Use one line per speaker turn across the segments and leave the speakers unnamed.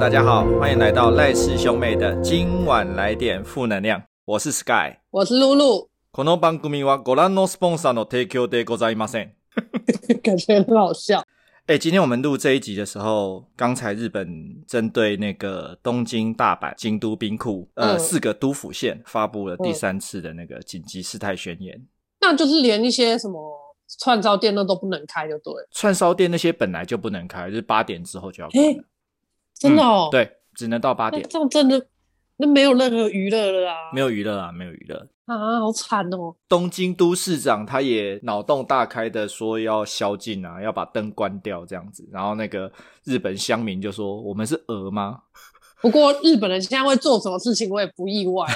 大家好，欢迎来到赖氏兄妹的今晚来点负能量，我是 Sky。
我是露露，
この番組はご覧のスポンサーの提供でございません。
感觉很好笑。
哎，今天我们录这一集的时候，刚才日本针对那个东京、大阪、京都、兵库，呃，
嗯
四个都府县发布了第
嗯
三次的那个紧急事态宣言。
那就是连一些什么串烧店那都不能开，就对了。
串烧店那些本来就不能开，就是八点之后就要关
哎
了。
真的哦，
嗯，对，只能到八
那
点，
这样真的那没有任何娱乐了啊，
没有娱乐啊，没有娱乐。
啊，好惨哦。
东京都市长他也脑洞大开的说要宵禁啊，要把灯关掉这样子。然后那个日本乡民就说：“我们是鹅吗
不过日本人现在会做什么事情，我也不意 外。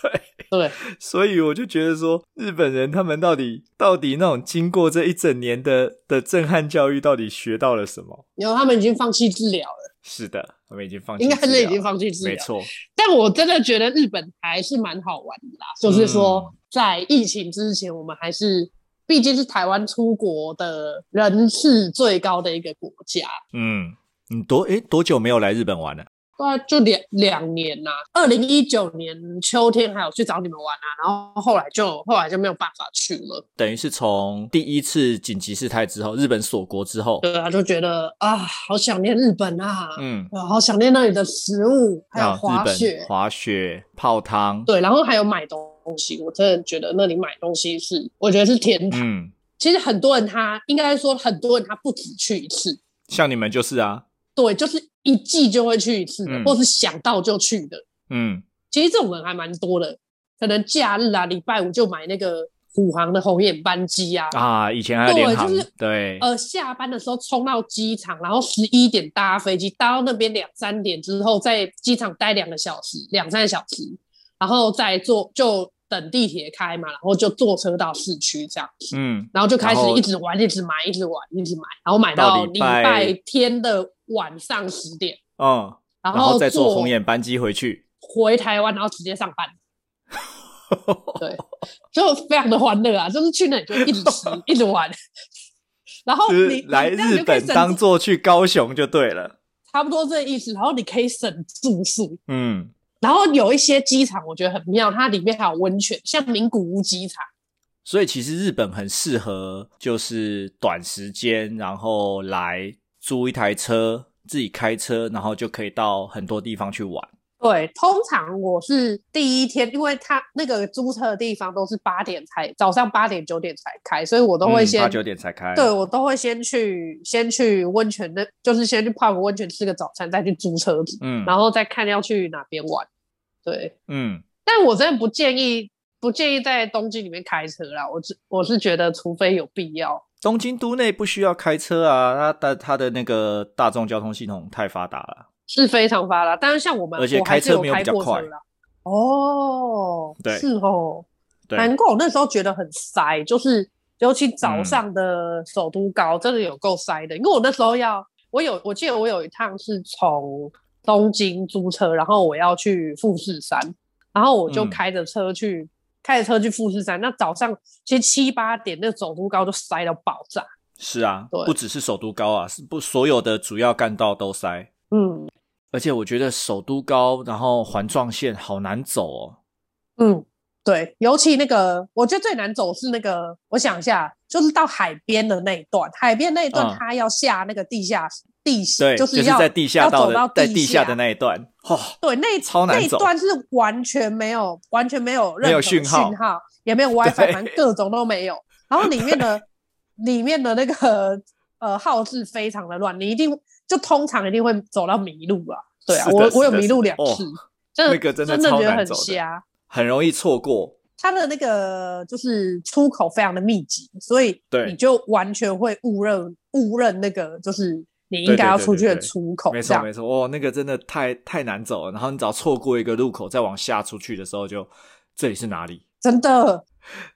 对对，？”
所以我就觉得说，日本人他们到底到底那种经过这一整年的的震撼教育，到底学到了什么？
然后他们已经放弃治疗了，
是的，他们已经放弃
应
治疗
该
了，
是已经放弃治
没
疗。
错，
但我真的觉得日本还是蛮好玩的啦，就是说
嗯
在疫情之前，我们还是。毕竟是台湾出国的人次最高的一个国家，
嗯，你多诶多久没有来日本玩了？
对啊，就两两年呐、二零一九年秋天还有去找你们玩啊，然后后来就后来就没有办法去了。
等于是从第一次紧急事态之后，日本锁国之后，
对啊，就觉得啊，好想念日本啊，
嗯，
啊好想念那里的食物，还有
啊
滑
日
雪
本，滑雪、泡汤，
对，然后还有买东西。我真的觉得那里买东西是，我觉得是天堂。
嗯，
其实很多人他应该说很多人他不止去一次，
像你们就是啊，
对，就是一季就会去一次的，
嗯
或是想到就去的。
嗯，
其实这种人还蛮多的，可能假日啊、礼拜五就买那个虎航的红眼班机啊，
啊，以前还有联航，
对
对,、
就是呃，下班的时候冲到机场，然后十一点搭飞机，搭到那边两三点之后，在机场待两个小时、两三个小时，然后再坐就等地铁开嘛，然后就坐车到市区这样，
嗯，
然后就开始
然后
一直玩、一直买、一直玩、一直买，然后买到
到礼
礼
拜
拜天的晚上十点，
哦、
然
然后再
坐
坐红眼班机回去，
回台湾，然后直接上班。对，就非常的欢乐啊！就是去那里就一直 吃，一直玩，然后
就
哦你你
是来
这样
日
就可以
本
省
当
住
做去高雄就对了，
差不多这个意思，然后你可以省住宿。
嗯，
然后有一些机场我觉得很妙，它里面还有温泉，像名古屋机场，
所以其实日本很适合就是短时间，然后来租一台车，自己开车，然后就可以到很多地方去玩，
对，通常我是第一天，因为它那个租车的地方都是八点才，早上八点九点才开，所以我都会
嗯
先、
八九、9点才开，
对我都会先去先去温泉的，就是先去泡个温泉吃个早餐，再去租车子，
嗯，
然后再看要去哪边玩。对，
嗯，
但我真的不建议不建议在东京里面开车啦，我是我是觉得除非有必要。
东京都内不需要开车啊，它它它的那个大众交通系统太发达了。
是非常发达，但是像我们，
而且
我还
开
是
车
有
没有
开
比较
过
快
车啦。哦，
对
是哦，
对，
难怪我那时候觉得很塞，就是尤其早
嗯
上的首都高，真的有够塞的。因为我那时候要，我有，我记得我有一趟是从东京租车，然后我要去富士山，然后我就
嗯
开着车去，开着车去富士山。那早上其实七八点，那首都高就塞到爆炸。
是啊，
对
不只是首都高啊，是不所有的主要干道都塞，
嗯
而且我觉得首都高，然后环状线好难走哦。
嗯，对，尤其那个，我觉得最难走是那个，我想一下，就是到海边的那一段，海边那一段
嗯
它要下那个地下、地
对，
下，
就是
要
在地下
要
道
走
的，
到
在
地
地下的那一段，哦，
对那一
超难
那一
走
段是完全没有完全没有任
没有
何
讯号
也没有 WiFi，
对
反正各种都没有。然后里 面的里面的那个呃号志非常的乱，你一定就通常一定会走到迷路啊。对啊，
是的
我
是
我有
的
迷
是
路
的
两
哦
次，真的
那个真的
真的
超
觉得
难
很
走的
瞎。
很容易错过。
它的那个就是出口非常的密集，所以
对
你就完全会误认误认那个就是
对
你应该
对
要
对
出
对
去的
对
出口，
没
这
错
样
没错，哦，那个真的太太难走了。然后你只要错过一个路口，再往下出去的时候就，这里是哪里？
真的。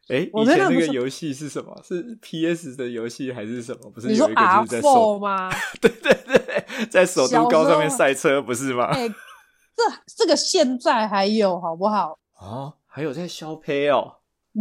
诶，以
我真
前
的
那
不
个
是
游戏是什么？是 PS 的游戏还是什么？不是
你说
有一个就
R
是在手，
four 吗？
对对对，在首都高上面
小时候
赛车，不是吗？
哎、这这个现在还有好不好？
哦，还有在削胚哦。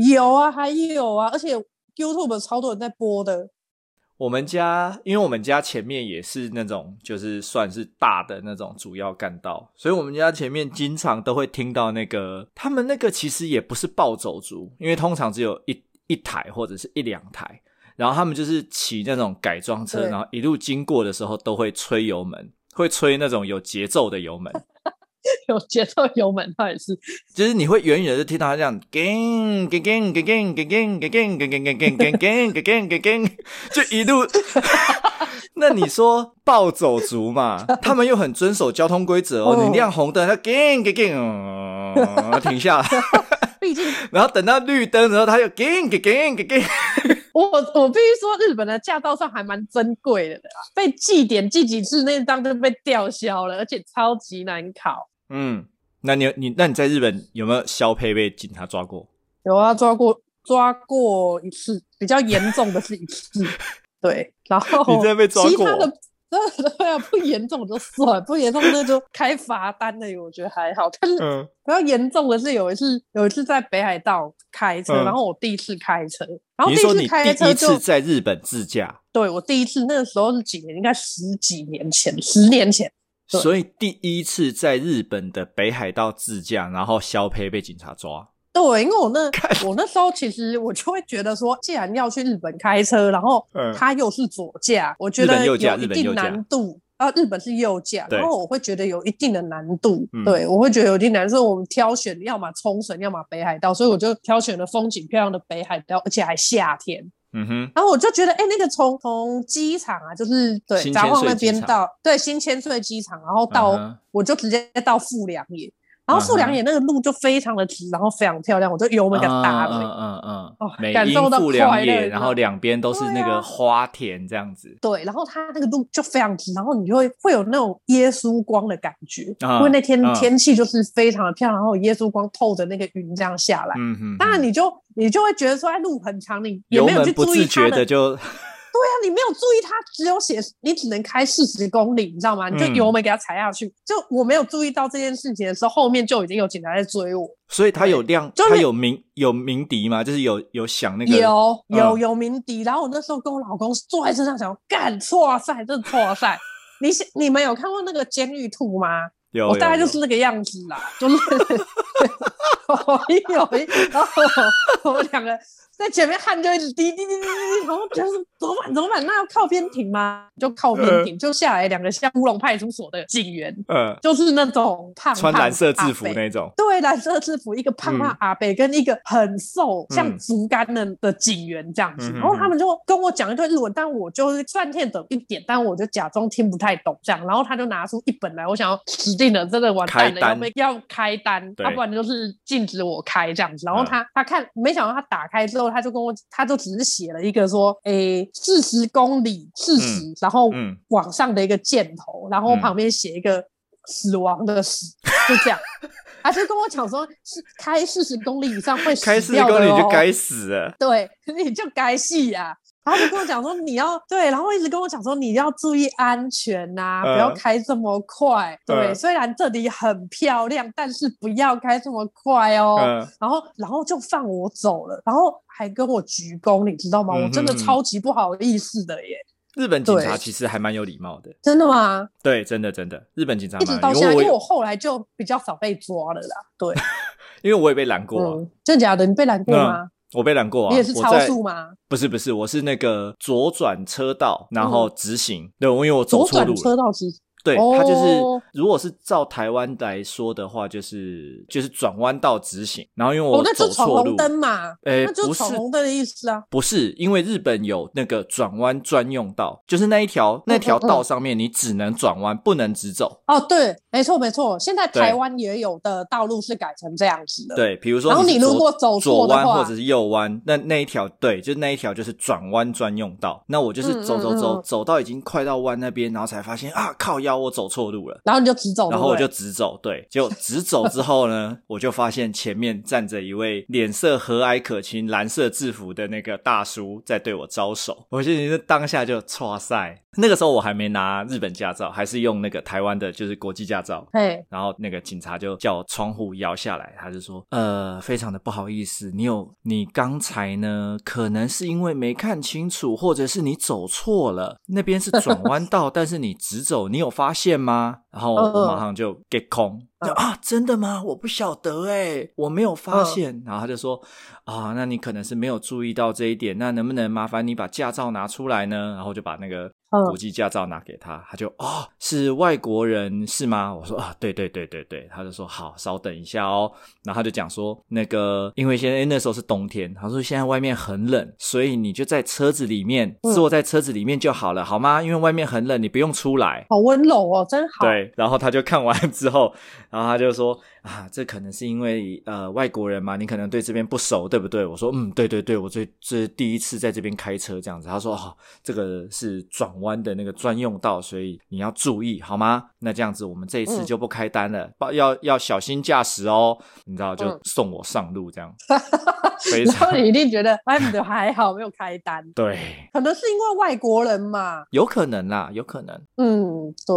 有啊，还有啊，而且 YouTube 超多人在播的。
我们家，因为我们家前面也是那种就是算是大的那种主要干道，所以我们家前面经常都会听到那个他们那个其实也不是暴走族，因为通常只有一一台或者是一两台，然后他们就是骑那种改装车，
对
然后一路经过的时候都会吹油门，会吹那种有节奏的油门。
有节奏油门到底是
就是你会远远的就听到他这样，gang gang gang gang gang gang gang gang gang gang gang gang gang gang gang，就 一路。那你说暴走族 嘛，他们又很遵守交通规则哦，你亮红灯，他 gang gang gang，停下，
毕竟
然后等到绿灯，然后他又 gang gang gang gang，
我我必须说，日本的驾照上还蛮珍贵的啦，被记点记几次那一张就被吊销了，而且超级难考。
嗯，那你你那你在日本有没有肖佩被警察抓过？
有啊，抓过抓过一次，比较严重的是一 次，对，然后
你真的被抓
其
过
他的。真的对啊，不严重就算，不严重那就开罚单的，我觉得还好。但是
嗯
比较严重的是有一次，有一次在北海道开车，
嗯
然后我第一次开车，然后
你
第
是说
一次
你
开
第
车
一
就
次在日本自驾，
对我第一次那个时候是几年，应该十几年前，十年前。对
所以第一次在日本的北海道自驾，然后肖佩被警察抓。
对，因为我那我那时候其实我就会觉得说，既然要去日本开车，然后
嗯
他又是左驾，我觉
日本
得
右
有
驾
一
日本右
定
驾
难度。啊，日本是右驾，
对
然后我会觉得有一定的难度，
嗯
对我会觉得有一定难度。所以我们挑选要么冲绳，要么北海道，所以我就挑选了风景漂亮的北海道，而且还夏天。
嗯哼，
然后我就觉得，哎、那个从从机场啊，就是对
新
札
千
幌
岁
那
机
边
场
到对新千岁机场，然后到、
嗯哼
我就直接到富良野，然后富
嗯
良
哼
野那个路就非常的直，然后非常漂亮，我就油门给它打了。
嗯嗯嗯
哦，
美
感
英
受到
富良
快乐
野，
你知道
然后两边都是那
对
个
啊
花田这样子。
对，然后它那个路就非常直，然后你就会会有那种耶稣光的感觉，
啊
因为那天、
啊
天气就是非常的漂亮，然后耶稣光透着那个云这样下来，
嗯哼，
啊当然你就你就会觉得说，哎，路很长，你也
油
没有
门
去
不
注意
自觉
它的
的 就
对啊，你没有注意它，只有写你只能开四十公里，你知道吗？你就
嗯
油门给它踩下去。就我没有注意到这件事情的时候，后面就已经有警察在追我，
所以他有亮，
就是
他有鸣有鸣笛嘛，就是有有响那个。
有
嗯
有有鸣笛。然后我那时候跟我老公坐在车上想说，干错赛，这错赛。你想你们有看过那个监狱兔吗？
有，
我大概
有
就是那个样子啦，就是 我一有一，然后我我们两个在前面汗就一直滴滴滴滴滴，然后就是怎么办怎么办？那要靠边停吗？就靠
呃
边停，就下来两个像乌龙派出所的警员，
有呃，
就是那种胖
穿
胖
蓝色制服
阿伯
那种。
对，蓝色制服，一个胖胖
嗯
阿北跟一个很瘦、
嗯
像竹竿的的警员这样子，
嗯嗯
然后他
嗯
们就跟我讲一堆日文，但我就是算听得懂一点，但我就假装听不太懂这样。然后他就拿出一本来，我想要死定了，真的完蛋
开
了，
单
要被要开单，
对
要、不然就是禁止我开这样子。然后
嗯
他、他看，没想到他打开之后，他就跟我，他就只是写了一个说，诶，四十公里四十、然后
嗯，
往上的一个箭头，然后
嗯
旁边写一个死亡的死，就 这样。他就跟我讲说，是开四十公里以上会死
开四十
掉的
公里
哦
就该死了。
对， 你就该戏呀。然后就跟我讲说你要对，然后一直跟我讲说你要注意安全呐、
嗯
不要开这么快。对，
嗯
虽然这里很漂亮，但是不要开这么快哦。
嗯
然后然后就放我走了，然后还跟我鞠躬，你知道吗？
嗯哼
我真的
哼
超级不好意思的耶。
日本警察
对
其实还蛮有礼貌的，
真的吗？
对，真的真的，日本警察
一
蛮有
直
礼
到
貌。
现在，因
我
为
也
我后来就比较少被抓了啦。对，
因为我也被拦过啊，
嗯，真的假的？你被拦过吗？
我被拦过啊，
你也是
我
超
在
速吗？
不是不是，我是那个左转车道，然后直行。对，我因为我走
嗯左
错路了
转车。道直
对，
哦
它就是如果是照台湾来说的话，就是就是转弯道直行。然后因为
哦，
我
那
走
就闯
错
红
路，
灯嘛，
诶
那就
不
是闯
是
红灯的意思啊。
不是，因为日本有那个转弯专用道，就是那一条
嗯
那条道上面你只能转弯，不能直走。
哦，对，没错没错，现在
对
台湾也有的道路是改成这样子的。，
对，比如说
然后
你
你
是左
如果走
左
错的
弯
话
或者是右弯，那那一条对，就那一条就是转弯专用道。那我就是
嗯
走走走、
嗯嗯
走到已经快到弯那边，然后才发现啊靠腰，脚我走错路了。
然后你就直走，
然后我
哦对
就
不对
直走，对，结果直走之后呢， 我就发现前面站着一位脸色和蔼可亲、蓝色制服的那个大叔在对我招手，我心里当下就 哇塞！那个时候我还没拿日本驾照，还是用那个台湾的，就是国际驾照。
嘿，
然后那个警察就叫我窗户摇下来，他就说：“呃，非常的不好意思，你有你刚才呢，可能是因为没看清楚，或者是你走错了，那边是转弯 道，但是你直走，你有发现吗？”然后
嗯嗯嗯
我马上就 get 空，就啊，真的吗？我不晓得哎、我没有发现。然后他就说：“啊，那你可能是没有注意到这一点，那能不能麻烦你把驾照拿出来呢？”然后就把那个
嗯
国际驾照拿给他，他就哦，是外国人是吗？我说啊，对对对对对，他就说好，稍等一下哦。然后他就讲说，那个因为现在、诶那时候是冬天，他说现在外面很冷，所以你就在车子里面
嗯
坐在车子里面就好了，好吗？因为外面很冷，你不用出来。
好温柔哦，真好。
对，然后他就看完之后，然后他就说啊，这可能是因为呃外国人嘛，你可能对这边不熟，对不对？我说嗯，对对对，我这这是第一次在这边开车这样子。他说哦，这个是转弯的那个专用道，所以你要注意好吗？那这样子我们这一次
嗯
就不开单了，报要要小心驾驶哦。你知道，就
嗯
送我上路这 样，非
然
常
后你一定觉得，哎，你的还好没有开单，
对。
可能是因为外国人嘛。
有可能啦，有可能。
嗯，对。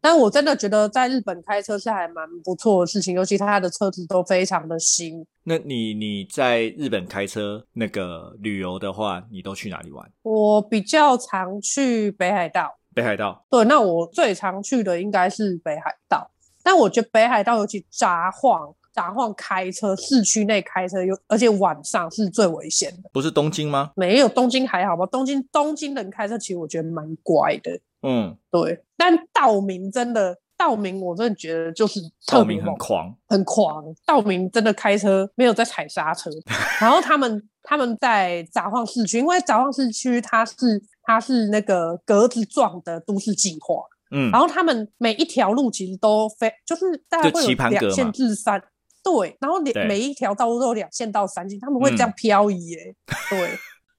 但我真的觉得在日本开车是还蛮不错的事情，尤其他的车子都非常的新。
那你你在日本开车那个旅游的话，你都去哪里玩？
我比较常去北海道，
北海道，
对，那我最常去的应该是北海道。但我觉得北海道尤其札幌，札幌开车市区内开车，又而且晚上是最危险的。
不是东京吗？
没有东京还好吧？东京东京人开车其实我觉得蛮乖的，
嗯，
对。但道明真的，道明我真的觉得就是特
道
别
明很
猛，
狂，
很狂。道明真的开车没有在踩刹车，然后他们他们在札幌市区，因为札幌市区它是它是那个格子状的都市计划，
嗯
然，后他们每一条路其实都非就是大概
就
会有
棋盘格
两
嘛
线至三，对，然后
对
连每一条道路都有两线到三线，他们会这样
嗯
漂移耶、对。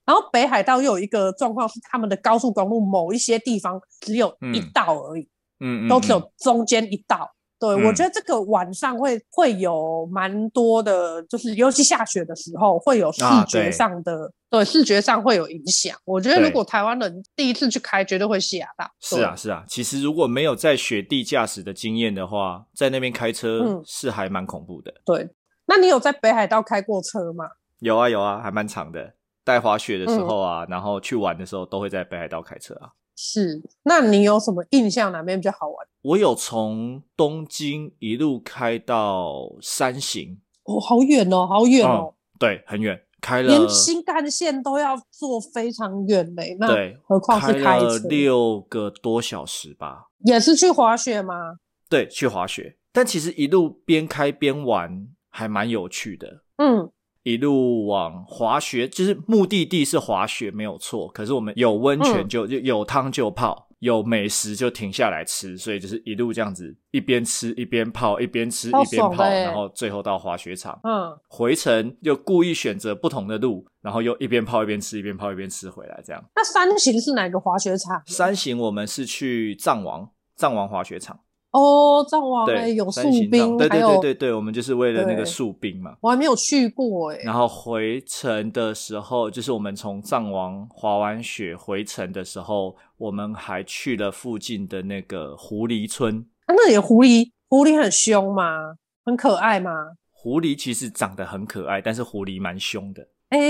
然后北海道又有一个状况是，他们的高速公路某一些地方只有一
嗯
道而已，
嗯嗯，
都只
嗯
有中间一道。对，我
嗯
觉得这个晚上会会有蛮多的，就是尤其下雪的时候，会有视
啊对
觉上的，对视觉上会有影响。我觉得
对
如果台湾人第一次去开，绝对会吓到。
是啊，是啊。其实如果没有在雪地驾驶的经验的话，在那边开车
嗯
是还蛮恐怖的。
对，那你有在北海道开过车吗？
有啊有啊，还蛮长的。带滑雪的时候啊，
嗯
然后去玩的时候都会在北海道开车啊。
是，那你有什么印象哪边比较好玩？
我有从东京一路开到山形，
哦，好远哦，好远哦，
对，很远，开了
连新干线都要坐非常远嘞、那
对，
何况是
开
开
了
车？
六个多小时吧，
也是去滑雪吗？
对，去滑雪。但其实一路边开边玩还蛮有趣的，
嗯，
一路往滑雪，就是目的地是滑雪没有错，可是我们有温泉
嗯
就、就有汤就泡，有美食就停下来吃，所以就是一路这样子一边吃一边泡，一边吃
好
一边
爽
泡，
的耶
然后最后到滑雪场。
嗯，
回程又故意选择不同的路，然后又一边泡一边吃，一边泡一边吃回来，这样。
那山形是哪个滑雪场？啊
山行我们是去藏王藏王滑雪场，
哦，藏王哎，
对，
有
山
树
行藏
冰，
对
还
对对
有
对对，我们就是为了那个
对
树冰嘛。
我还没有去过哎、
然后回程的时候，就是我们从藏王滑完雪回程的时候，我们还去了附近的那个狐狸村。
啊那里的狐狸，狐狸很凶吗？很可爱吗？
狐狸其实长得很可爱，但是狐狸蛮凶的。
哎、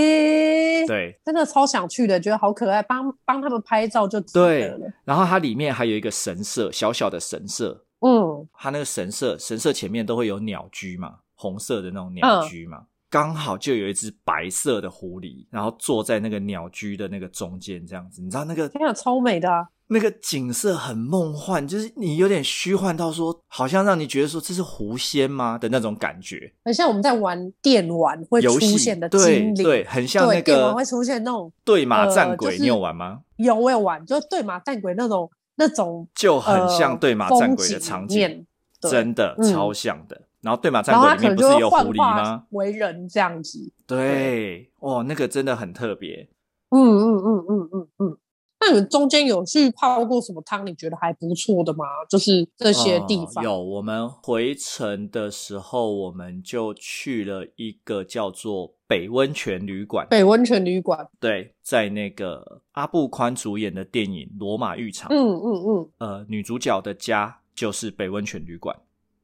对，
真的超想去的，觉得好可爱，帮帮他们拍照就值
对
得了。
然后它里面还有一个神社，小小的神社。
嗯，
它那个神社，神社前面都会有鸟居嘛，红色的那种鸟
嗯
居嘛，刚好就有一只白色的狐狸，然后坐在那个鸟居的那个中间，这样子，你知道那个
天啊，超美的、啊，
那个景色很梦幻，就是你有点虚幻到说，好像让你觉得说这是狐仙吗的那种感觉。
很像我们在玩电玩会
游
出
戏
现的
对
精灵。
对，很像
对
那
电玩
个
会出现那种
对马战
呃
鬼，
就是
你有玩吗？
有我有玩，就是对马战鬼那种那种
就很像
呃
对马战鬼
风
的
景
场
里
景，
面对
真的、
嗯
超像的。然后对马战
然后
鬼里
他可
面
能
不
就是会
有狐
幻
狸吗
化？为人这样子。
对，哦，那个真的很特别。
嗯嗯嗯嗯嗯嗯。那你们中间有去泡过什么汤？你觉得还不错的吗？就是这些地
呃
方，
有，我们回程的时候，我们就去了一个叫做北温泉旅馆。
北温泉旅馆。
对，在那个阿布宽主演的电影《罗马浴场》，
嗯嗯嗯，
呃，女主角的家就是北温泉旅馆。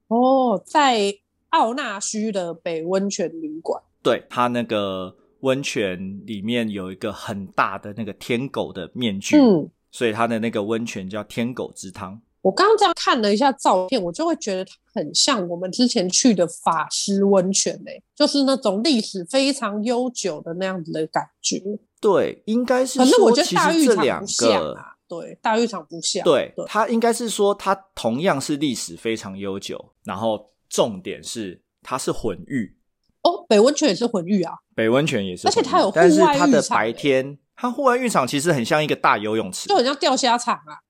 哦，在奥纳须的北温泉旅馆。
对，它那个温泉里面有一个很大的那个天狗的面具，
嗯，
所以它的那个温泉叫天狗之汤。
我刚刚这样看了一下照片，我就会觉得它很像我们之前去的法师温泉嘞、就是那种历史非常悠久的那样子的感觉。
对，应该是
反正哦我
说，
觉得
其
大浴
实这
场
两
不像
个
啊，对，大浴场不像。
对
对，
它应该是说它同样是历史非常悠久，然后重点是它是混浴，
哦，北温泉也是混浴啊。
北温泉也是
而
混浴，
且它有户
但是
外
它
浴
的
场
白
欸
天，它户外浴场其实很像一个大游泳池
就，很像钓虾场啊，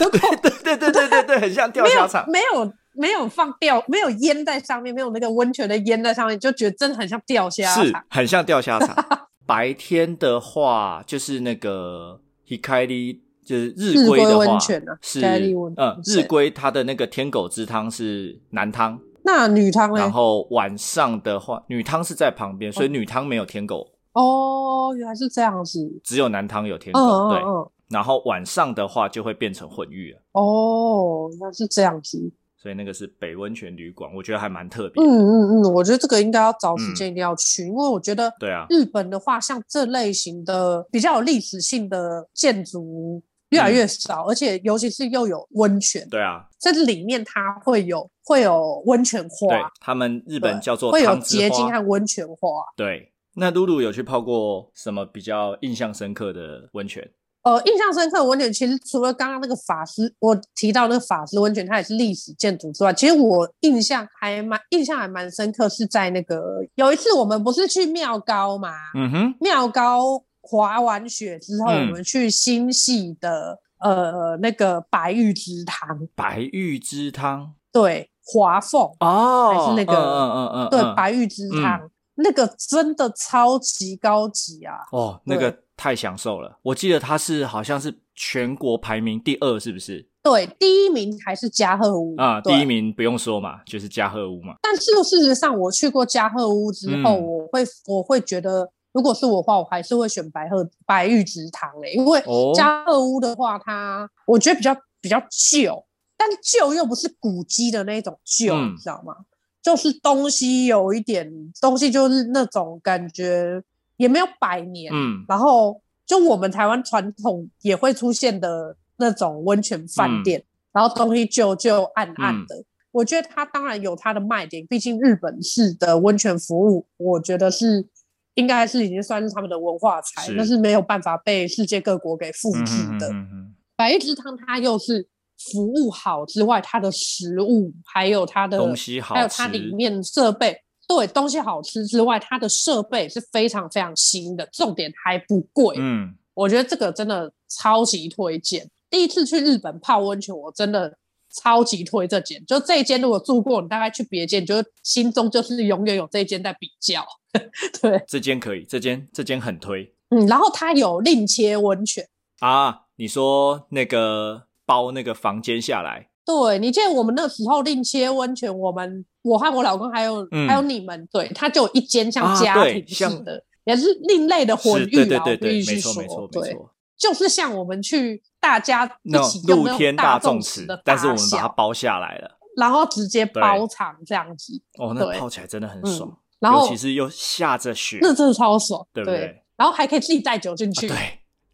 有口
对对对对对对，很像钓
没
虾
有
场，
没有没有放钓，没有烟在上面，没有那个温泉的烟在上面，就觉得真的很像钓虾
是
场。
很像钓虾场。 白天的话，就是那个 Hikari，就是日
日
归
归
的
温
话
泉啊
是
Hikari 温
呃日
泉
归它的那个天狗之汤是男汤，
那女汤
然
呢？
后晚上的话，女汤是在旁边，所以女汤没有天狗，
哦，原来是这样子。
只有男汤有天狗。
嗯嗯
对，
嗯，
然后晚上的话就会变成混浴了，
哦，原来是这样子。
所以那个是北温泉旅馆，我觉得还蛮特别
嗯
的。
嗯嗯，我觉得这个应该要找时
嗯
间一定要去，因为我觉得
对啊，
日本的话，像这类型的比较有历史性的建筑越来越
嗯
少，而且尤其是又有温泉，
对啊，
这里面它会有会有温泉
对
花，
他们日
日
本叫做
会有
汤之
结晶啊
花
和。温泉花。
对，那露露有去泡过什么比较印象深刻的温泉？
呃，印象深刻的温泉其实除了刚刚那个法师，我提到那个法师温泉，它也是历史建筑之外，其实我印象还蛮印象还蛮深刻，是在那个有一次我们不是去妙高嘛，
嗯哼，
妙高滑完雪之后，
嗯
我们去新系的呃那个白玉之堂，
白玉之汤
对华凤，
哦
还是那个
嗯嗯嗯嗯，
对
嗯
白玉之堂，那个真的超级高级啊！
哦，那
对
个太享受了。我记得它是好像是全国排名第二，是不是？
对，第一名还是加贺屋
啊，
对
第一名不用说嘛，就是加贺屋嘛。
但是事实上，我去过加贺屋之后，
嗯
我会我会觉得，如果是我的话，我还是会选白鹤白玉直堂诶、因为
哦
加贺屋的话，它我觉得比较比较旧，但是旧又不是古迹的那种旧，
嗯
你知道吗？就是东西有一点东西，就是那种感觉也没有百年，
嗯，
然后就我们台湾传统也会出现的那种温泉
嗯
饭店，然后东西旧旧暗暗的。我觉得它当然有它的卖点，毕竟日本式的温泉服务，我觉得是应该是已经算是他们的文化财，
是
但是没有办法被世界各国给复
嗯
制
哼
的。
嗯哼
百叶之汤它又是服务好之外，它的食物还有它的
东西好吃，
还有它里面设备，对，东西好吃之外，它的设备是非常非常新的，重点还不贵。
嗯，
我觉得这个真的超级推荐。第一次去日本泡温泉，我真的超级推这间。就这一间，如果住过，你大概去别间，你就心中就是永远有这一间在比较。 对，
这间可以，这间这间很推
嗯，然后它有另切温泉。
啊。你说那个包那个房间下来，
对，你记得我们那时候另切温泉，我们我和我老公还有、
嗯
还有你们，对，它就有一间像
啊
家
对
庭式
像
的，也是另类的混
是
浴
对对
啊，
对
我必
对，
须
没错
说，
没错没
对，
错。
就是像我们去大家一
那种
起用那
露
种
天
大
众
池
池
的，
但是
大
我们把它
小
包下来了。
然后直接
对
包场这样子，
哦，那
对
泡起来真的很
嗯
爽，
然后
尤其是又下着雪，
那真的超爽，
对不对啊
然后还可以自己带酒进去，
对，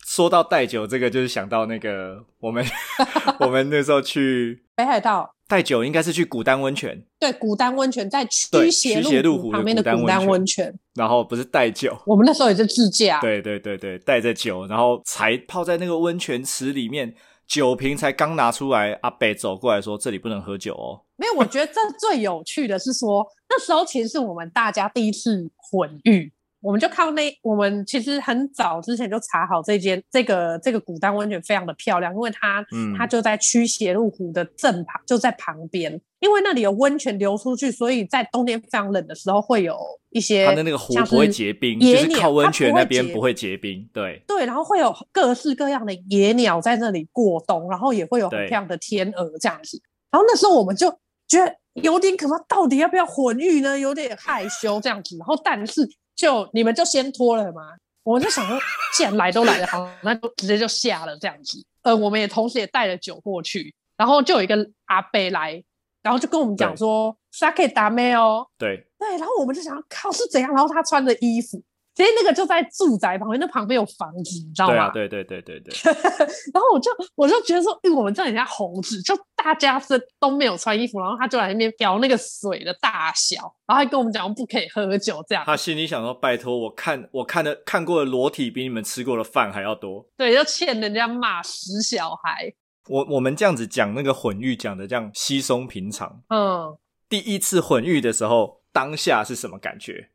说到带酒这个，就是想到那个我们 我们那时候去
北海道
带酒，应该是去古丹温泉，
对古丹温泉在驱
对
邪
驱邪路
湖
湖
旁
的
边的
古丹
古
温
丹
泉
温泉，
然后不是带酒，
我们那时候也是自驾，
对对对对，带着酒，然后才泡在那个温泉池里面，酒瓶才刚拿出来，阿北走过来说：“这里不能喝酒哦。
没有，我觉得这最有趣的是说，那时候其实是我们大家第一次混浴，我们就靠那，我们其实很早之前就查好这间这个这个古丹温泉非常的漂亮，因为它、
嗯
它就在驱邪入湖的正旁，就在旁边，因为那里有温泉流出去，所以在冬天非常冷的时候会有一些
它的那个湖
像
不会
是
结冰，就
野
是
鸟
靠温
它
泉
不会
那边
结
不会结冰。对，
对，然后会有各式各样的野鸟在那里过冬，然后也会有很
对
漂亮的天鹅这样子。然后那时候我们就觉得有点可怕，到底要不要混浴呢？有点害羞这样子。然后但是就你们就先脱了嘛，我们就想说，既然来都来了，好，那就直接就下了这样子。呃，我们也同时也带了酒过去，然后就有一个阿伯来，然后就跟我们讲
对
说 “sake 达妹哦”，
对，
对，然后我们就想，靠是怎样？然后他穿的衣服，其实那个就在住宅旁边，那旁边有房子，你知道吗？
对啊，对对对对对，
然后我就我就觉得说，哎，我们这人家猴子，就大家是都没有穿衣服，然后他就来那边聊那个水的大小，然后还跟我们讲不可以喝酒这样。
他心里想说：“拜托，我看我看的看过的裸体比你们吃过的饭还要多。
对，就欠人家骂死小孩。
我”我们这样子讲那个混浴，讲的这样稀松平常。
嗯，
第一次混浴的时候，当下是什么感觉？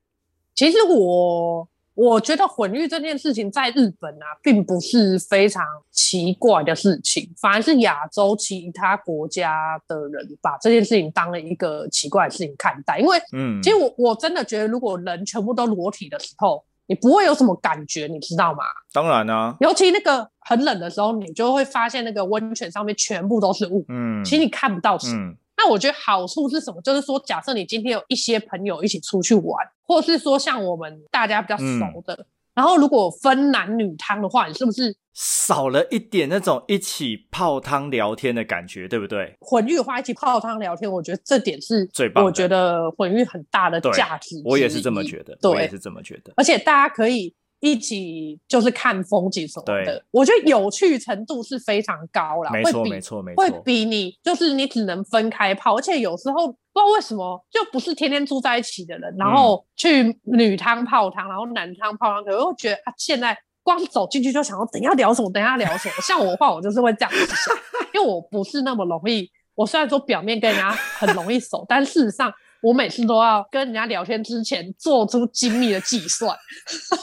其实我我觉得混浴这件事情在日本啊，并不是非常奇怪的事情，反而是亚洲其他国家的人把这件事情当了一个奇怪的事情看待。因为
嗯，
其实我我真的觉得，如果人全部都裸体的时候，你不会有什么感觉，你知道吗？
当然啊，
尤其那个很冷的时候，你就会发现那个温泉上面全部都是雾，
嗯，
其实你看不到什么。
嗯
那我觉得好处是什么？就是说，假设你今天有一些朋友一起出去玩，或是说像我们大家比较
嗯
熟的，然后如果分男女汤的话，你是不是
少了一点那种一起泡汤聊天的感觉，对不对？
混浴的话一起泡汤聊天？我觉得这点是
最棒的
我觉得混浴很大的价值。
我也是这么觉得，我也
对
是，这么觉得。
而且大家可以一起就是看风景什么
对
的，我觉得有趣程度是非常高啦，
没
啊会
错，
比
没错，没
会
错。
比你就是你只能分开泡，而且有时候不知道为什么就不是天天住在一起的人，然
嗯
后去女汤泡汤，然后男汤泡汤，可能会觉得啊，现在光是走进去就想要等一下聊什么，等一下聊什么。像我的话，我就是会这样子想，因为我不是那么容易。我虽然说表面跟人家很容易熟， 但事实上我每次都要跟人家聊天之前做出精密的计算。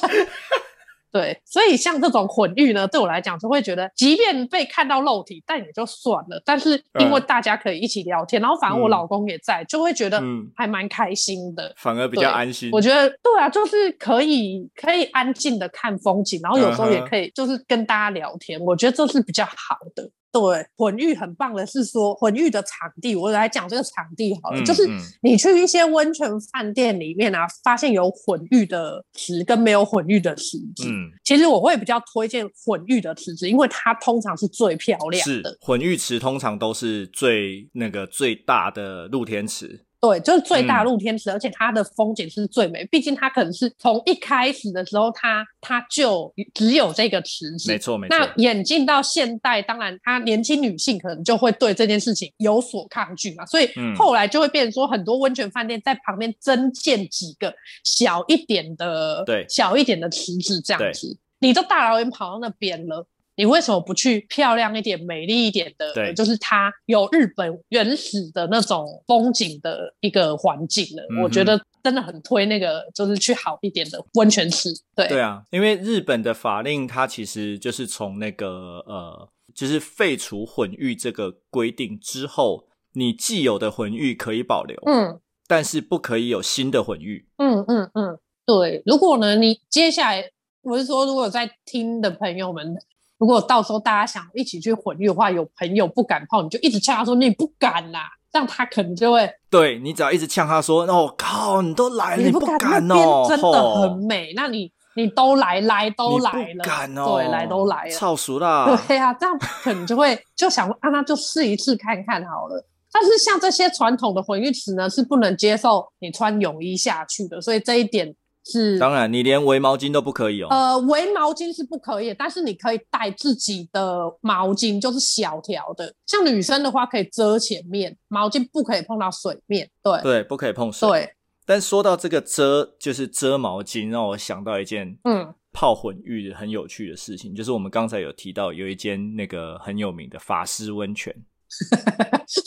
对，所以像这种混浴呢，对我来讲就会觉得，即便被看到肉体，但也就算了。但是因为
嗯
大家可以一起聊天，然后反正我
嗯
老公也在，就会觉得
嗯，
还蛮开心的。
反而比较
对
安心。
我觉得对啊，就是可以可以安静的看风景，然后有时候
嗯
也
哼
可以就是跟大家聊天，我觉得这是比较好的。对，混浴很棒的是说混浴的场地，我来讲这个场地好了，
嗯
就是
嗯
你去一些温泉饭店里面啊，发现有混浴的池跟没有混浴的池子，
嗯，
其实我会比较推荐混浴的池子，因为它通常是最漂亮的
是，混浴池通常都是最那个最大的露天池，
对，就是最
嗯
大露天池，而且它的风景是最美。毕竟它可能是从一开始的时候，它它就只有这个池子
没。错没错。
那演进到现代，当然，她年轻女性可能就会对这件事情有所抗拒嘛，所以
嗯
后来就会变成说，很多温泉饭店在旁边增建几个小一点的，
对
小一点的池子这
对
样子。你都大老远跑到那边了，你为什么不去漂亮一点、美丽一点的？
对
就是它有日本原始的那种风景的一个环境呢？
嗯哼
我觉得真的很推那个，就是去好一点的温泉池。对，
对啊，因为日本的法令它其实就是从那个呃，就是废除混浴这个规定之后，你既有的混浴可以保留，
嗯
但是不可以有新的混浴。
嗯嗯嗯，对。如果呢，你接下来我是说，如果在听的朋友们。如果到时候大家想一起去混浴的话，有朋友不敢泡，你就一直呛他说你不敢啦，这样他可能就会
对你只要一直呛他说：“哦靠，你都来了，
你
不
敢那
哦，
边真的很
吼
美。那你你都来来都来
你
了，
不敢哦，
对，来都来了，
操熟啦，
对呀、这样可能就会就想说啊，那就试一试看看好了。但是像这些传统的混浴池呢，是不能接受你穿泳衣下去的，所以这一点是
当然你连围毛巾都不可以哦。
呃，围毛巾是不可以的，但是你可以带自己的毛巾，就是小条的。像女生的话，可以遮前面，毛巾不可以碰到水面。对
对，不可以碰水。
对，
但说到这个遮，就是遮毛巾，让我想到一件
嗯
泡混浴的很有趣的事情，就是我们刚才有提到有一间那个很有名的法师温泉，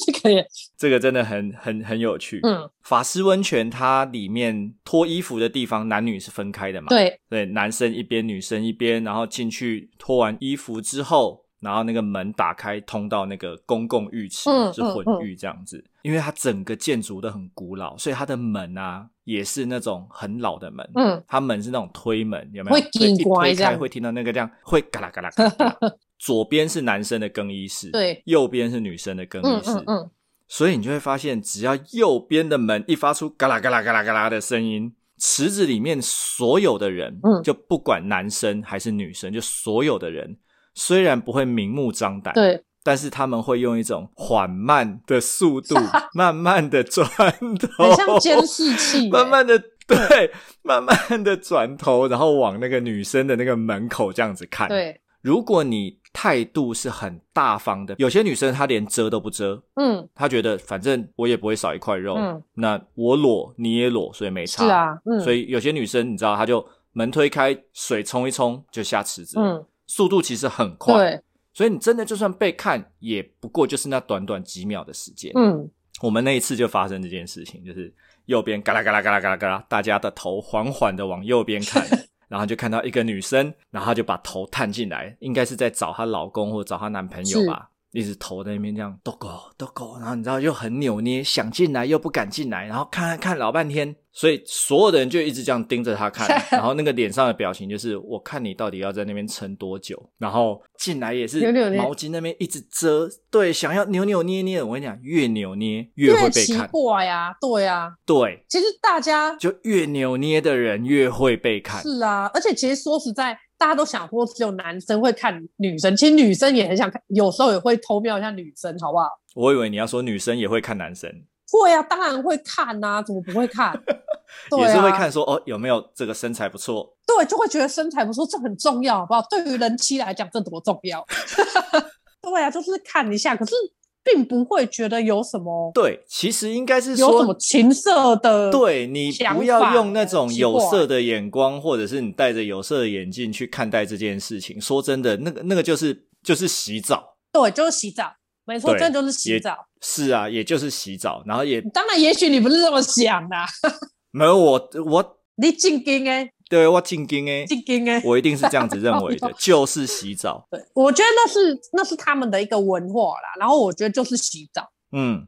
这个也
这个真的很很很有趣。
嗯，
法师温泉它里面脱衣服的地方，男女是分开的嘛？
对，
对，男生一边，女生一边，然后进去脱完衣服之后，然后那个门打开，通到那个公共浴池，
嗯
是混浴这样子。因为它整个建筑都很古老，所以它的门啊也是那种很老的门。
嗯
它门是那种推门，有没有？
会
所以一
紧关
推
这
开
样
会听到那个这样，会嘎啦嘎啦嘎啦 嘎啦。左边是男生的更衣室，
对，
右边是女生的更
嗯
衣室。
嗯嗯，
所以你就会发现，只要右边的门一发出嘎啦嘎啦嘎啦嘎啦的声音，池子里面所有的人，
嗯
就不管男生还是女生，就所有的人，虽然不会明目张胆，，
对，
但是他们会用一种缓慢的速 度，慢慢的转头，
很像监视器、欸，
慢慢的对，慢慢的转头，然后往那个女生的那个门口这样子看，。
对，
如果你态度是很大方的，有些女生她连遮都不遮，
嗯，
他觉得反正我也不会少一块肉，
嗯
那我裸你也裸，所以没差。
是啊，嗯，
所以有些女生你知道，她就门推开，水冲一冲就下池子，
嗯，
速度其实很快。
对，
所以你真的就算被看，也不过就是那短短几秒的时间。
嗯，
我们那一次就发生这件事情，就是右边嘎啦嘎啦嘎啦嘎啦嘎啦，大家的头缓缓的往右边看，然后就看到一个女生，然后她就把头探进来，应该是在找她老公或者找她男朋友吧，一直头在那边这样抖狗抖狗，然后你知道又很扭捏，想进来又不敢进来，然后看看看老半天，所以所有的人就一直这样盯着她看，然后那个脸上的表情就是我看你到底要在那边撑多久，然后进来也是
扭扭捏
毛巾那边一直遮，对，想要扭扭捏捏的，我跟你讲，越扭捏越会
越
被
奇
看，
怪呀、对呀、
对，
其实大家
就越扭捏的人越会被看，
是啊，而且其实说实在，大家都想说只有男生会看女生，其实女生也很想看，有时候也会偷瞄一下女生，好不好？
我以为你要说女生也会看男生，
会啊，当然会看呐、怎么不会看？对 啊、
也是会看，说哦有没有这个身材不错，
对，就会觉得身材不错，这很重要，好不好？对于人妻来讲，这多重要？ 对啊，就是看一下，可是并不会觉得有什么
对，其实应该是
有什么
说。
情色的，
对你
想
不要
法
用那种
奇
有
怪
色的眼光，或者是你戴着有色的眼镜去看待这件事情。说真的，那个那个就是就是洗澡，
对，就是洗澡，没错，
对
这就是
也
洗澡。
是啊，也就是洗澡，然后也
当然，也许你不是这么想的、
没有我我
你进京哎，
对我进京诶，
进京哎，
我一定是这样子认为的， 就是洗澡。
对，我觉得那是那是他们的一个文化啦。然后我觉得就是洗澡，
嗯，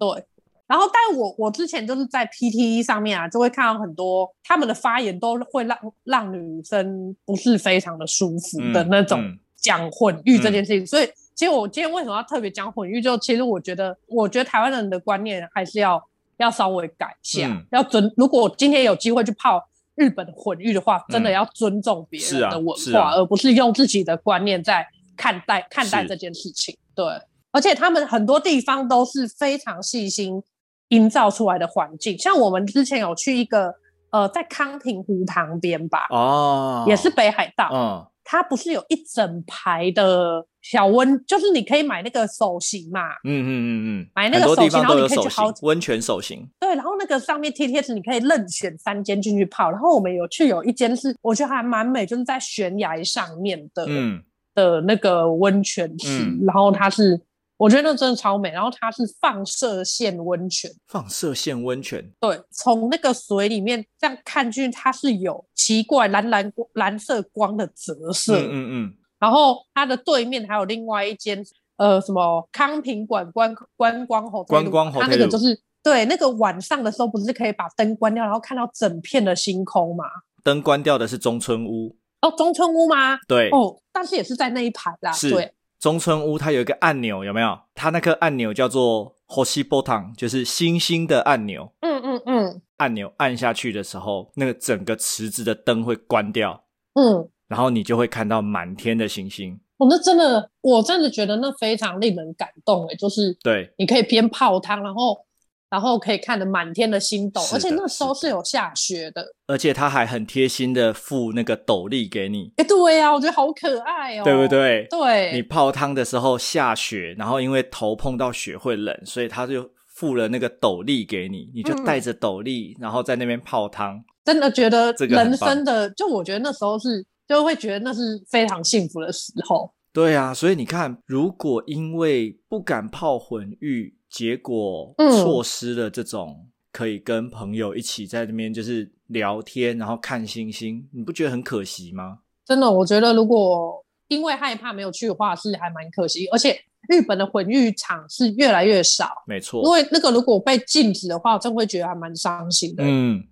然后但我我之前就是在 PTE 上面啊，就会看到很多他们的发言都会让让女生不是非常的舒服
嗯
的那种
嗯
讲混浴这件事情，所以。其实我今天为什么要特别讲混浴？就其实我觉得，我觉得台湾人的观念还是要要稍微改一下，
嗯
要尊。如果我今天有机会去泡日本混浴的话，真的
嗯
要尊重别
是
人
啊
的文
是
化，
啊
而不是用自己的观念在看待看待
是
这件事情。对，而且他们很多地方都是非常细心营造出来的环境，像我们之前有去一个呃，在康平湖旁边吧，
哦，
也是北海道，
嗯，
它不是有一整排的小温，就是你可以买那个手型嘛，
嗯嗯嗯嗯，
买那
很多
个手
地
型，
方
然后
都
你
有
可以
手
去
型
好，
温泉手型，
对，然后那个上面贴贴纸，你可以任选三间进去泡。然后我们有去有一间是我觉得还蛮美，就是在悬崖上面的、
嗯
的那个温泉池，
嗯
然后它是我觉得那真的超美，然后它是放射线温泉，
放射线温泉，
对，从那个水里面这样看进去，它是有奇怪蓝蓝光蓝色光的折射，
嗯嗯嗯，
然后它的对面还有另外一间呃什么康平馆观观光 hotel，
观光
它那个
hotel
就是对那个晚上的时候不是可以把灯关掉，然后看到整片的星空嘛？
灯关掉的是中村屋，
哦，中村屋吗？
对，
哦，但是也是在那一排啦，
是
对，
中村屋，它有一个按钮，有没有？它那个按钮叫做 “hoshi button”，就是星星的按钮。
嗯嗯嗯
按钮按下去的时候，那个整个池子的灯会关掉，
嗯，
然后你就会看到满天的星星。
我、那真的我真的觉得那非常令人感动诶、欸就是
对，
你可以边泡汤，然后然后可以看得满天的星斗，
是
而且
的
那时候
是
是有下雪的，
而且它还很贴心的附那个斗笠给你，
哎、对呀、我觉得好可爱哦、
对不？对？
对，
你泡汤的时候下雪，然后因为头碰到雪会冷，所以他就附了那个斗笠给你，你就
嗯
带着斗笠，然后在那边泡汤。
真的觉得
这个很
人
棒
生的，就我觉得那时候是，就会觉得那是非常幸福的时候。
对啊，所以你看，如果因为不敢泡混浴，结果
嗯
错失了这种可以跟朋友一起在那边就是聊天，然后看星星，你不觉得很可惜吗？
真的，我觉得如果因为害怕没有去的话，是还蛮可惜。而且日本的混浴场是越来越少，
没
因
错，
为那个如果被禁止的话，真会觉得还蛮伤心的。
嗯，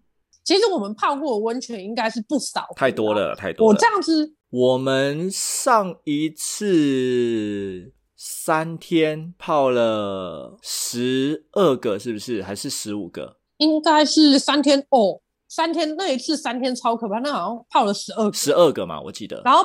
其实我们泡过的温泉应该是不少，
太多。了，太多
我
了
这。样子，
我们上一次三天泡了十二个，是不是？还是十五个？
应该是三天哦，三天那一次三天超可怕，那好像泡了十二个，
十二个嘛，我记得。
然后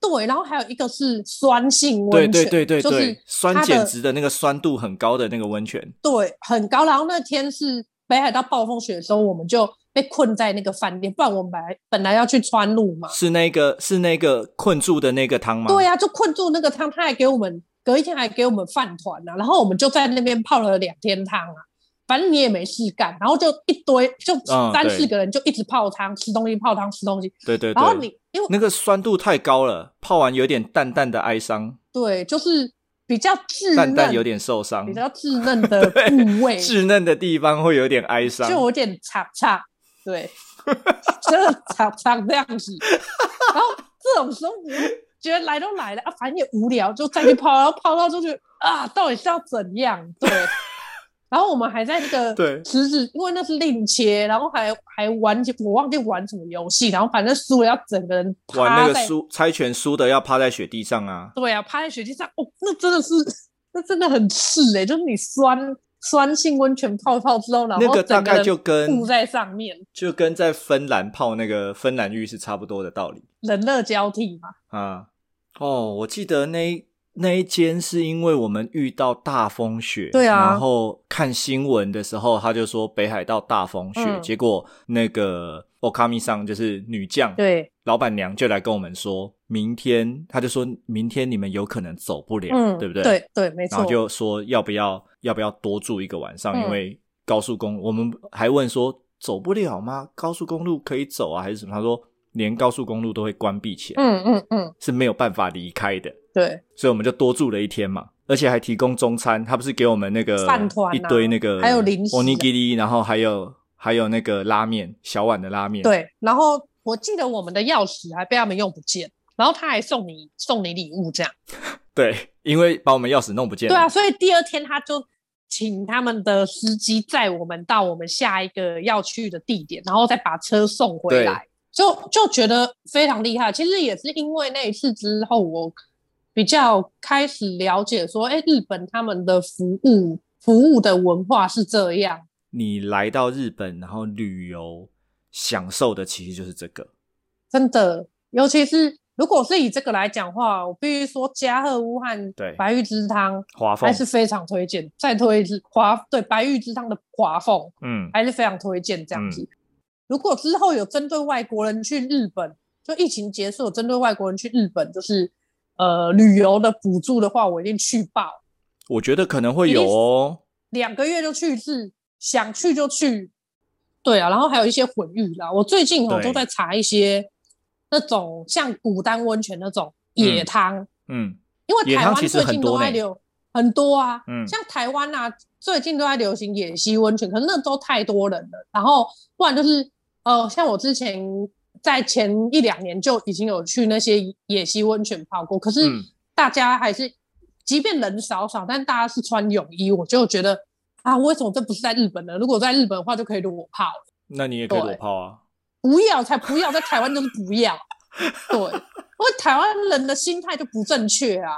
对，然后还有一个是酸性
对
温
对
泉，
对对对，
就是
酸
它
碱
的
值的那个酸度很高的那个温泉，
对很高。然后那天是北海道暴风雪的时候，我们就被困在那个饭店，不然我们本来本来要去川路嘛，
是那个是那个困住的那个汤吗？
对、呀、啊就困住那个汤，他还给我们隔一天还给我们饭团啊，然后我们就在那边泡了两天汤啊，反正你也没事干，然后就一堆就
嗯
三
对
四个人就一直泡汤、吃东西、泡汤、吃东西，
对对对
然后你因为
那个酸度太高了，泡完有点淡淡的哀伤，
对就是比较稚
淡
嫩，
淡有点受伤
比，较稚嫩 的部位，
稚嫩的地方会有点哀伤。
就有点长长，对， 就是长长这样子。然后这种时候，你就觉得来都来了啊，反正也无聊，就再去泡，然后泡到就觉得啊，到底是要怎样？ 对。然后我们还在那个
对
池子，因为那是另切，然后还还玩，我忘记玩什么游戏，然后反正输了要整个人趴
玩那个
在
输猜拳输的要趴在雪地上啊，
对啊，趴在雪地上，哦，那真的是， 那真的很刺哎、就是你酸酸性温泉泡一泡之后，然后
那个大
整
概
人
就跟
吐在上面，
就跟在芬兰泡那个芬兰浴是差不多的道理
人乐交替嘛。
啊。哦，我记得那一那一间是因为我们遇到大风雪，
对啊
然后看新闻的时候他就说北海道大风雪，
嗯
结果那个 Okami 上就是女将，
对，
老板娘就来跟我们说，明天他就说明天你们有可能走不了，
嗯，
对不对？
对？对没
然
错
后。就说要不要要不要多住一个晚上，
嗯
因为高速公路我们还问说走不了吗？高速公路可以走啊还是什么？他说连高速公路都会关闭起来，
嗯嗯嗯，
是没有办法离开的，
对，
所以我们就多住了一天嘛，而且还提供中餐，他不是给我们那个
饭团啊
一堆那个
还有零食啊
onigiri，然后还有还有那个拉面小碗的拉面，，
对。然后我记得我们的钥匙还被他们用不见，然后他还送你送你礼物这样。
对，因为把我们钥匙弄不见了，
对啊，所以第二天他就请他们的司机载我们到我们下一个要去的地点，然后再把车送回来，就就觉得非常厉害。其实也是因为那一次之后，我比较开始了解说，哎，日本他们的服务服务的文化是这样，
你来到日本然后旅游享受的其实就是这个，
真的，尤其是。如果是以这个来讲的话，我必须说加贺乌汉
对
白玉之汤
华凤
还是非常推荐，再推一次华对白玉之汤的华凤，
嗯。
还是非常推荐这样子。如果之后有针对外国人去日本，就疫情结束，有针对外国人去日本，就是呃旅游的补助的话，我一定去报，
我觉得可能会有哦。
两个月就去一次，想去就去。对啊，然后还有一些混浴啦，我最近我哦
对
都在查一些那种像古丹温泉那种野汤，
嗯，
因为
野
台
汤
湾
其实
最
很
近
多
都在
呢
流很多啊，
嗯
像台湾啊，最近都在流行野溪温泉，可是那都太多人了。然后不然就是呃，像我之前在前一两年就已经有去那些野溪温泉泡过，可是
嗯
大家还是、即便人少少，但大家是穿泳衣，我就觉得啊，为什么这不是在日本呢？如果在日本的话，就可以裸泡了。
那你也可以
对
裸泡啊。
不要才不要，在台湾就是 不要。对，因为台湾人的心态就不正确 啊。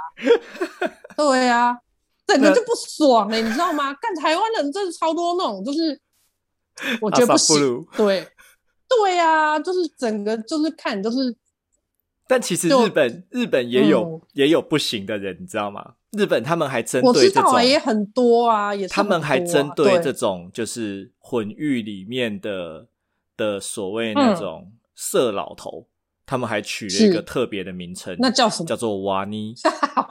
对啊，整个
那
就不爽欸了、你知道吗？干台湾人真的超多那种，就是我觉得不
阿萨布
行。
鲁
对，对啊，就是整个就是看就是
但其实
就嗯
日本日本也有、也有不行的人，你知道吗？日本他们还针
我
对
知
这
道
种，
啊，也很多啊，也是
他们
很
还
多啊
针
对
这种就是混浴里面的的所谓那种色老头，他们还取了一个
嗯是
特别的名称，
那叫什 么？
叫做瓦尼。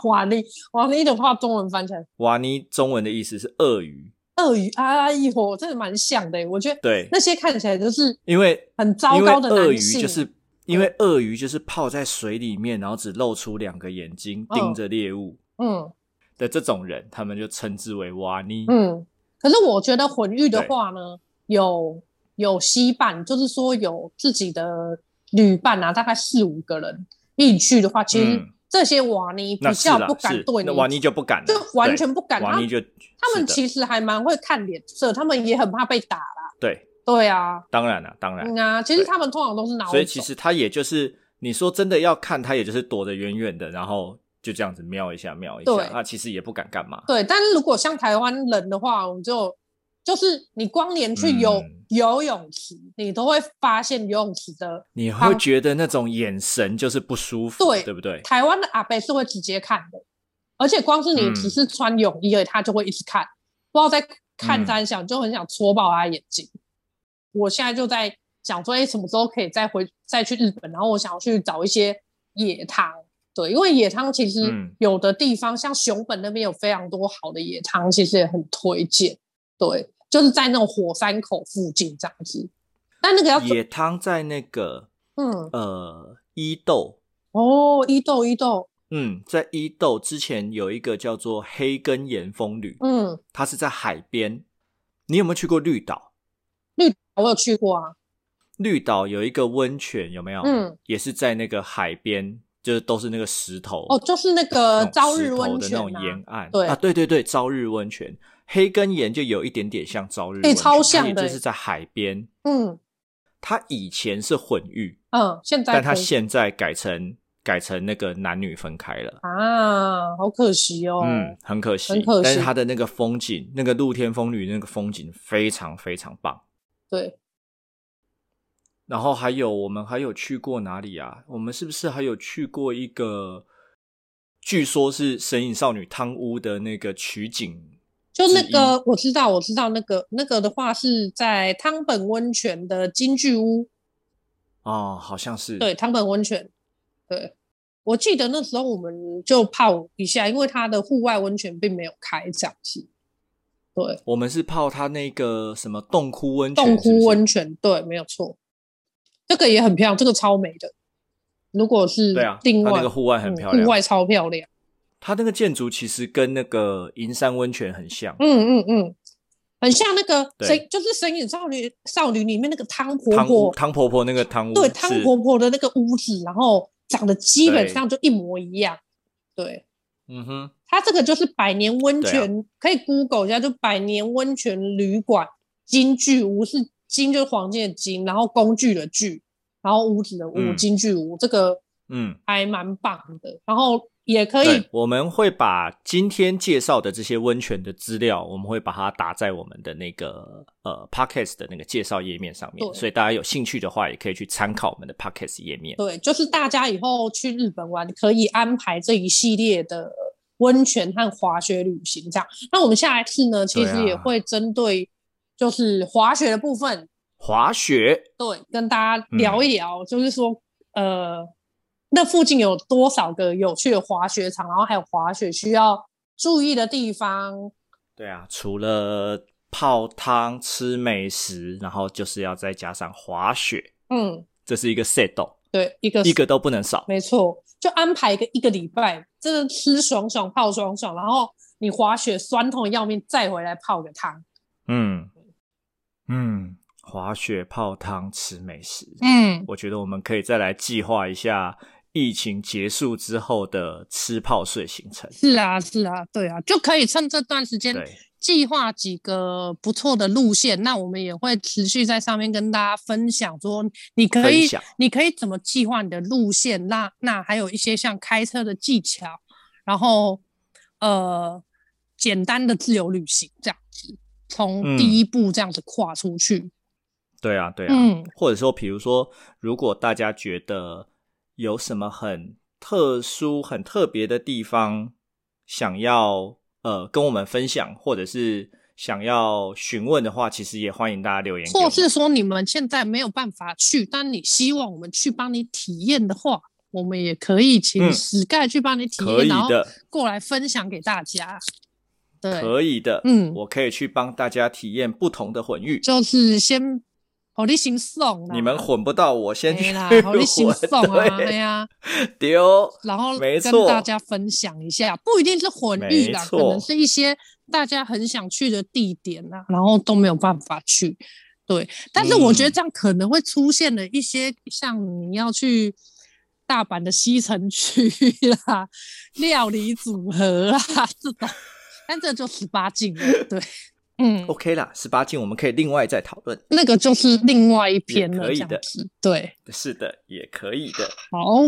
瓦力瓦力的话，中文翻起来
瓦尼中文的意思是鳄鱼，
鳄鱼啊，一伙真的蛮像的、我觉得
对，
那些看起来就是
因为
很糟
因为
糕的
鳄
男
鱼
性，嗯
就是因为鳄鱼就是泡在水里面，然后只露出两个眼睛
哦
盯着猎物
嗯
的这种人，他们就称之为蛙妮。
嗯。可是我觉得混浴的话呢，有有稀伴，就是说有自己的旅伴啊，大概四五个人一起去的话，其实
嗯
这些瓦尼
那
比
是
较
啦
不，敢
是
对你，
那瓦妮就不敢了，
就完全
对
不敢。
瓦
他
妮就
他
是
们
的
其实还蛮会看脸色，他们也很怕被打啦。
对，
对啊，
当然了，当然
嗯，啊，其实
哎对
他们通常都是拿
所以其实他也就是你说真的要看，他也就是躲得远远的，然后就这样子瞄一下瞄一下
对，
他其实也不敢干嘛。
对，但是如果像台湾人的话，我们就就是你光连去游、
嗯
游泳池，你都会发现游泳池的
你
好
会觉得那种眼神就是不舒服，
对
对不对？
台湾的阿伯是会直接看的，而且光是你
嗯
只是穿泳衣而已，他就会一直看，不知道在看
嗯
三想，就很想戳爆他的眼睛。我现在就在想说，哎、什么时候可以再回再去日本？然后我想要去找一些野汤，对，因为野汤其实
嗯
有的地方、像熊本那边有非常多好的野汤，其实也很推荐。对，就是在那种火山口附近这样子，但那个要走
野汤在那个
嗯
呃伊豆，
哦，伊豆伊豆，
嗯，在伊豆之前有一个叫做黑根岩风旅，
嗯，
它是在海边。你有没有去过绿岛？
绿岛我有去过啊，
绿岛有一个温泉，有没有？
嗯，
也是在那个海边，就是都是那个石头
哦，就是那个
那种
朝
石
日
头
温
的那
泉、啊、
种沿岸，
对
啊，对对对，朝日温泉，黑根岩就有一点点像朝日温
哎
泉，
超像
它也
的
就是在海边。
嗯
它以前是混浴，
嗯，现在
但它
可以
现在改成改成那个男女分开了，
啊，好可惜哦。
嗯，很可惜，
很可惜
但是它的那个风景，那个露天风吕那个风景非常非常棒。
对，
然后还有我们还有去过哪里啊？我们是不是还有去过一个？据说是《神隐少女汤屋》的那个取景
就那
之一
个我知道，我知道那个那个的话是在汤本温泉的金具屋，
哦，好像是
对，汤本温泉，对。我记得那时候我们就泡一下，因为它的户外温泉并没有开这样子。对，
我们是泡它那个什么洞窟温泉，是
洞
不
窟
是
温泉，对，没有错。这个也很漂亮，这个超美的。如果是
对啊，
定
它
位
那个户外很漂
嗯
亮，
户外超漂亮。
它那个建筑其实跟那个银山温泉很像，
嗯嗯嗯，很像那个
对
神，就是《神隐少女》少女里面那个汤婆
汤
婆
屋，汤婆婆那个汤屋，
对汤
是
婆婆的那个屋子，然后长得基本
对
上就一模一样。对，
嗯哼，
它这个就是百年温
对啊
泉，可以 Google 一下，就百年温泉旅馆金具屋是金就是黄金的金，然后工具的具，然后屋子的屋，
嗯
金具屋这个
嗯，
还蛮棒的，然后也可以
对，我们会把今天介绍的这些温泉的资料，我们会把它打在我们的那个呃 podcast 的那个介绍页面上面，
对
所以大家有兴趣的话，也可以去参考我们的 podcast 页面。
对，就是大家以后去日本玩，可以安排这一系列的温泉和滑雪旅行这样。那我们下一次呢，其
对啊
实也会针对就是滑雪的部分，
滑雪，
对，跟大家聊
嗯
一聊，就是说呃，那附近有多少个有趣的滑雪场，然后还有滑雪需要注意的地方。
对啊，除了泡汤、吃美食，然后就是要再加上滑雪，
嗯，
这是一个 set，哦
对，一个
一个都不能少。
没错，就安排一个一个礼拜，真的吃爽爽泡爽爽，然后你滑雪酸痛得要命，再回来泡个汤。
嗯嗯，滑雪、泡汤、吃美食，
嗯，
我觉得我们可以再来计划一下疫情结束之后的吃泡睡行程。
是啊，是啊，对啊，就可以趁这段时间
对，
计划几个不错的路线。那我们也会持续在上面跟大家分享，说你可
分
以
享，
你可以怎么计划你的路线。那那还有一些像开车的技巧，然后呃，简单的自由旅行这样子，从第一步这样子跨出去。
对啊，嗯对啊，
嗯
或者说，比如说，如果大家觉得有什么很特殊、很特别的地方，想要呃跟我们分享，或者是想要询问的话，其实也欢迎大家留言给我
或
们。
是说你们现在没有办法去，但你希望我们去帮你体验的话，我们也可以请
嗯
史盖去帮你体验，
可以
然后
的，
过来分享给大家。对，
可以的，
嗯
我可以去帮大家体验不同的混浴。
就是先好你心送啦，
你们混不到我，先
哎
去
啦，好你心送
混。
啊，哎
对，
呀，
丢，
然后
没
跟
错
大家分享一下，不一定是混浴啦
没，
可
错
能是一些大家很想去的地点啦，然后都没有办法去。对，但是我觉得
嗯
这样可能会出现了一些像你要去大阪的西城区啦、料理组合啦这种，但这就十八禁了。对，嗯，
OK 啦，十八禁我们可以另外再讨论。
那个就是另外一篇了，
可以
这样
的
子。对，
是的，也可以的。
好，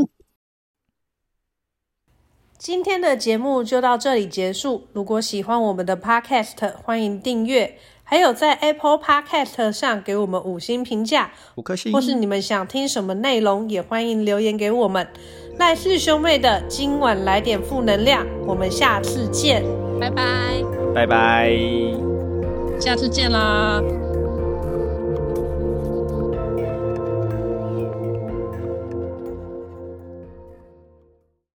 今天的节目就到这里结束。如果喜欢我们的 Podcast，欢迎订阅，还有在 Apple Podcast 上给我们五星评价，
五颗星
或，是你们想听什么内容，也欢迎留言给我们。赖氏兄妹的今晚来点负能量，我们下次见。
拜拜，
拜拜。
下次见啦，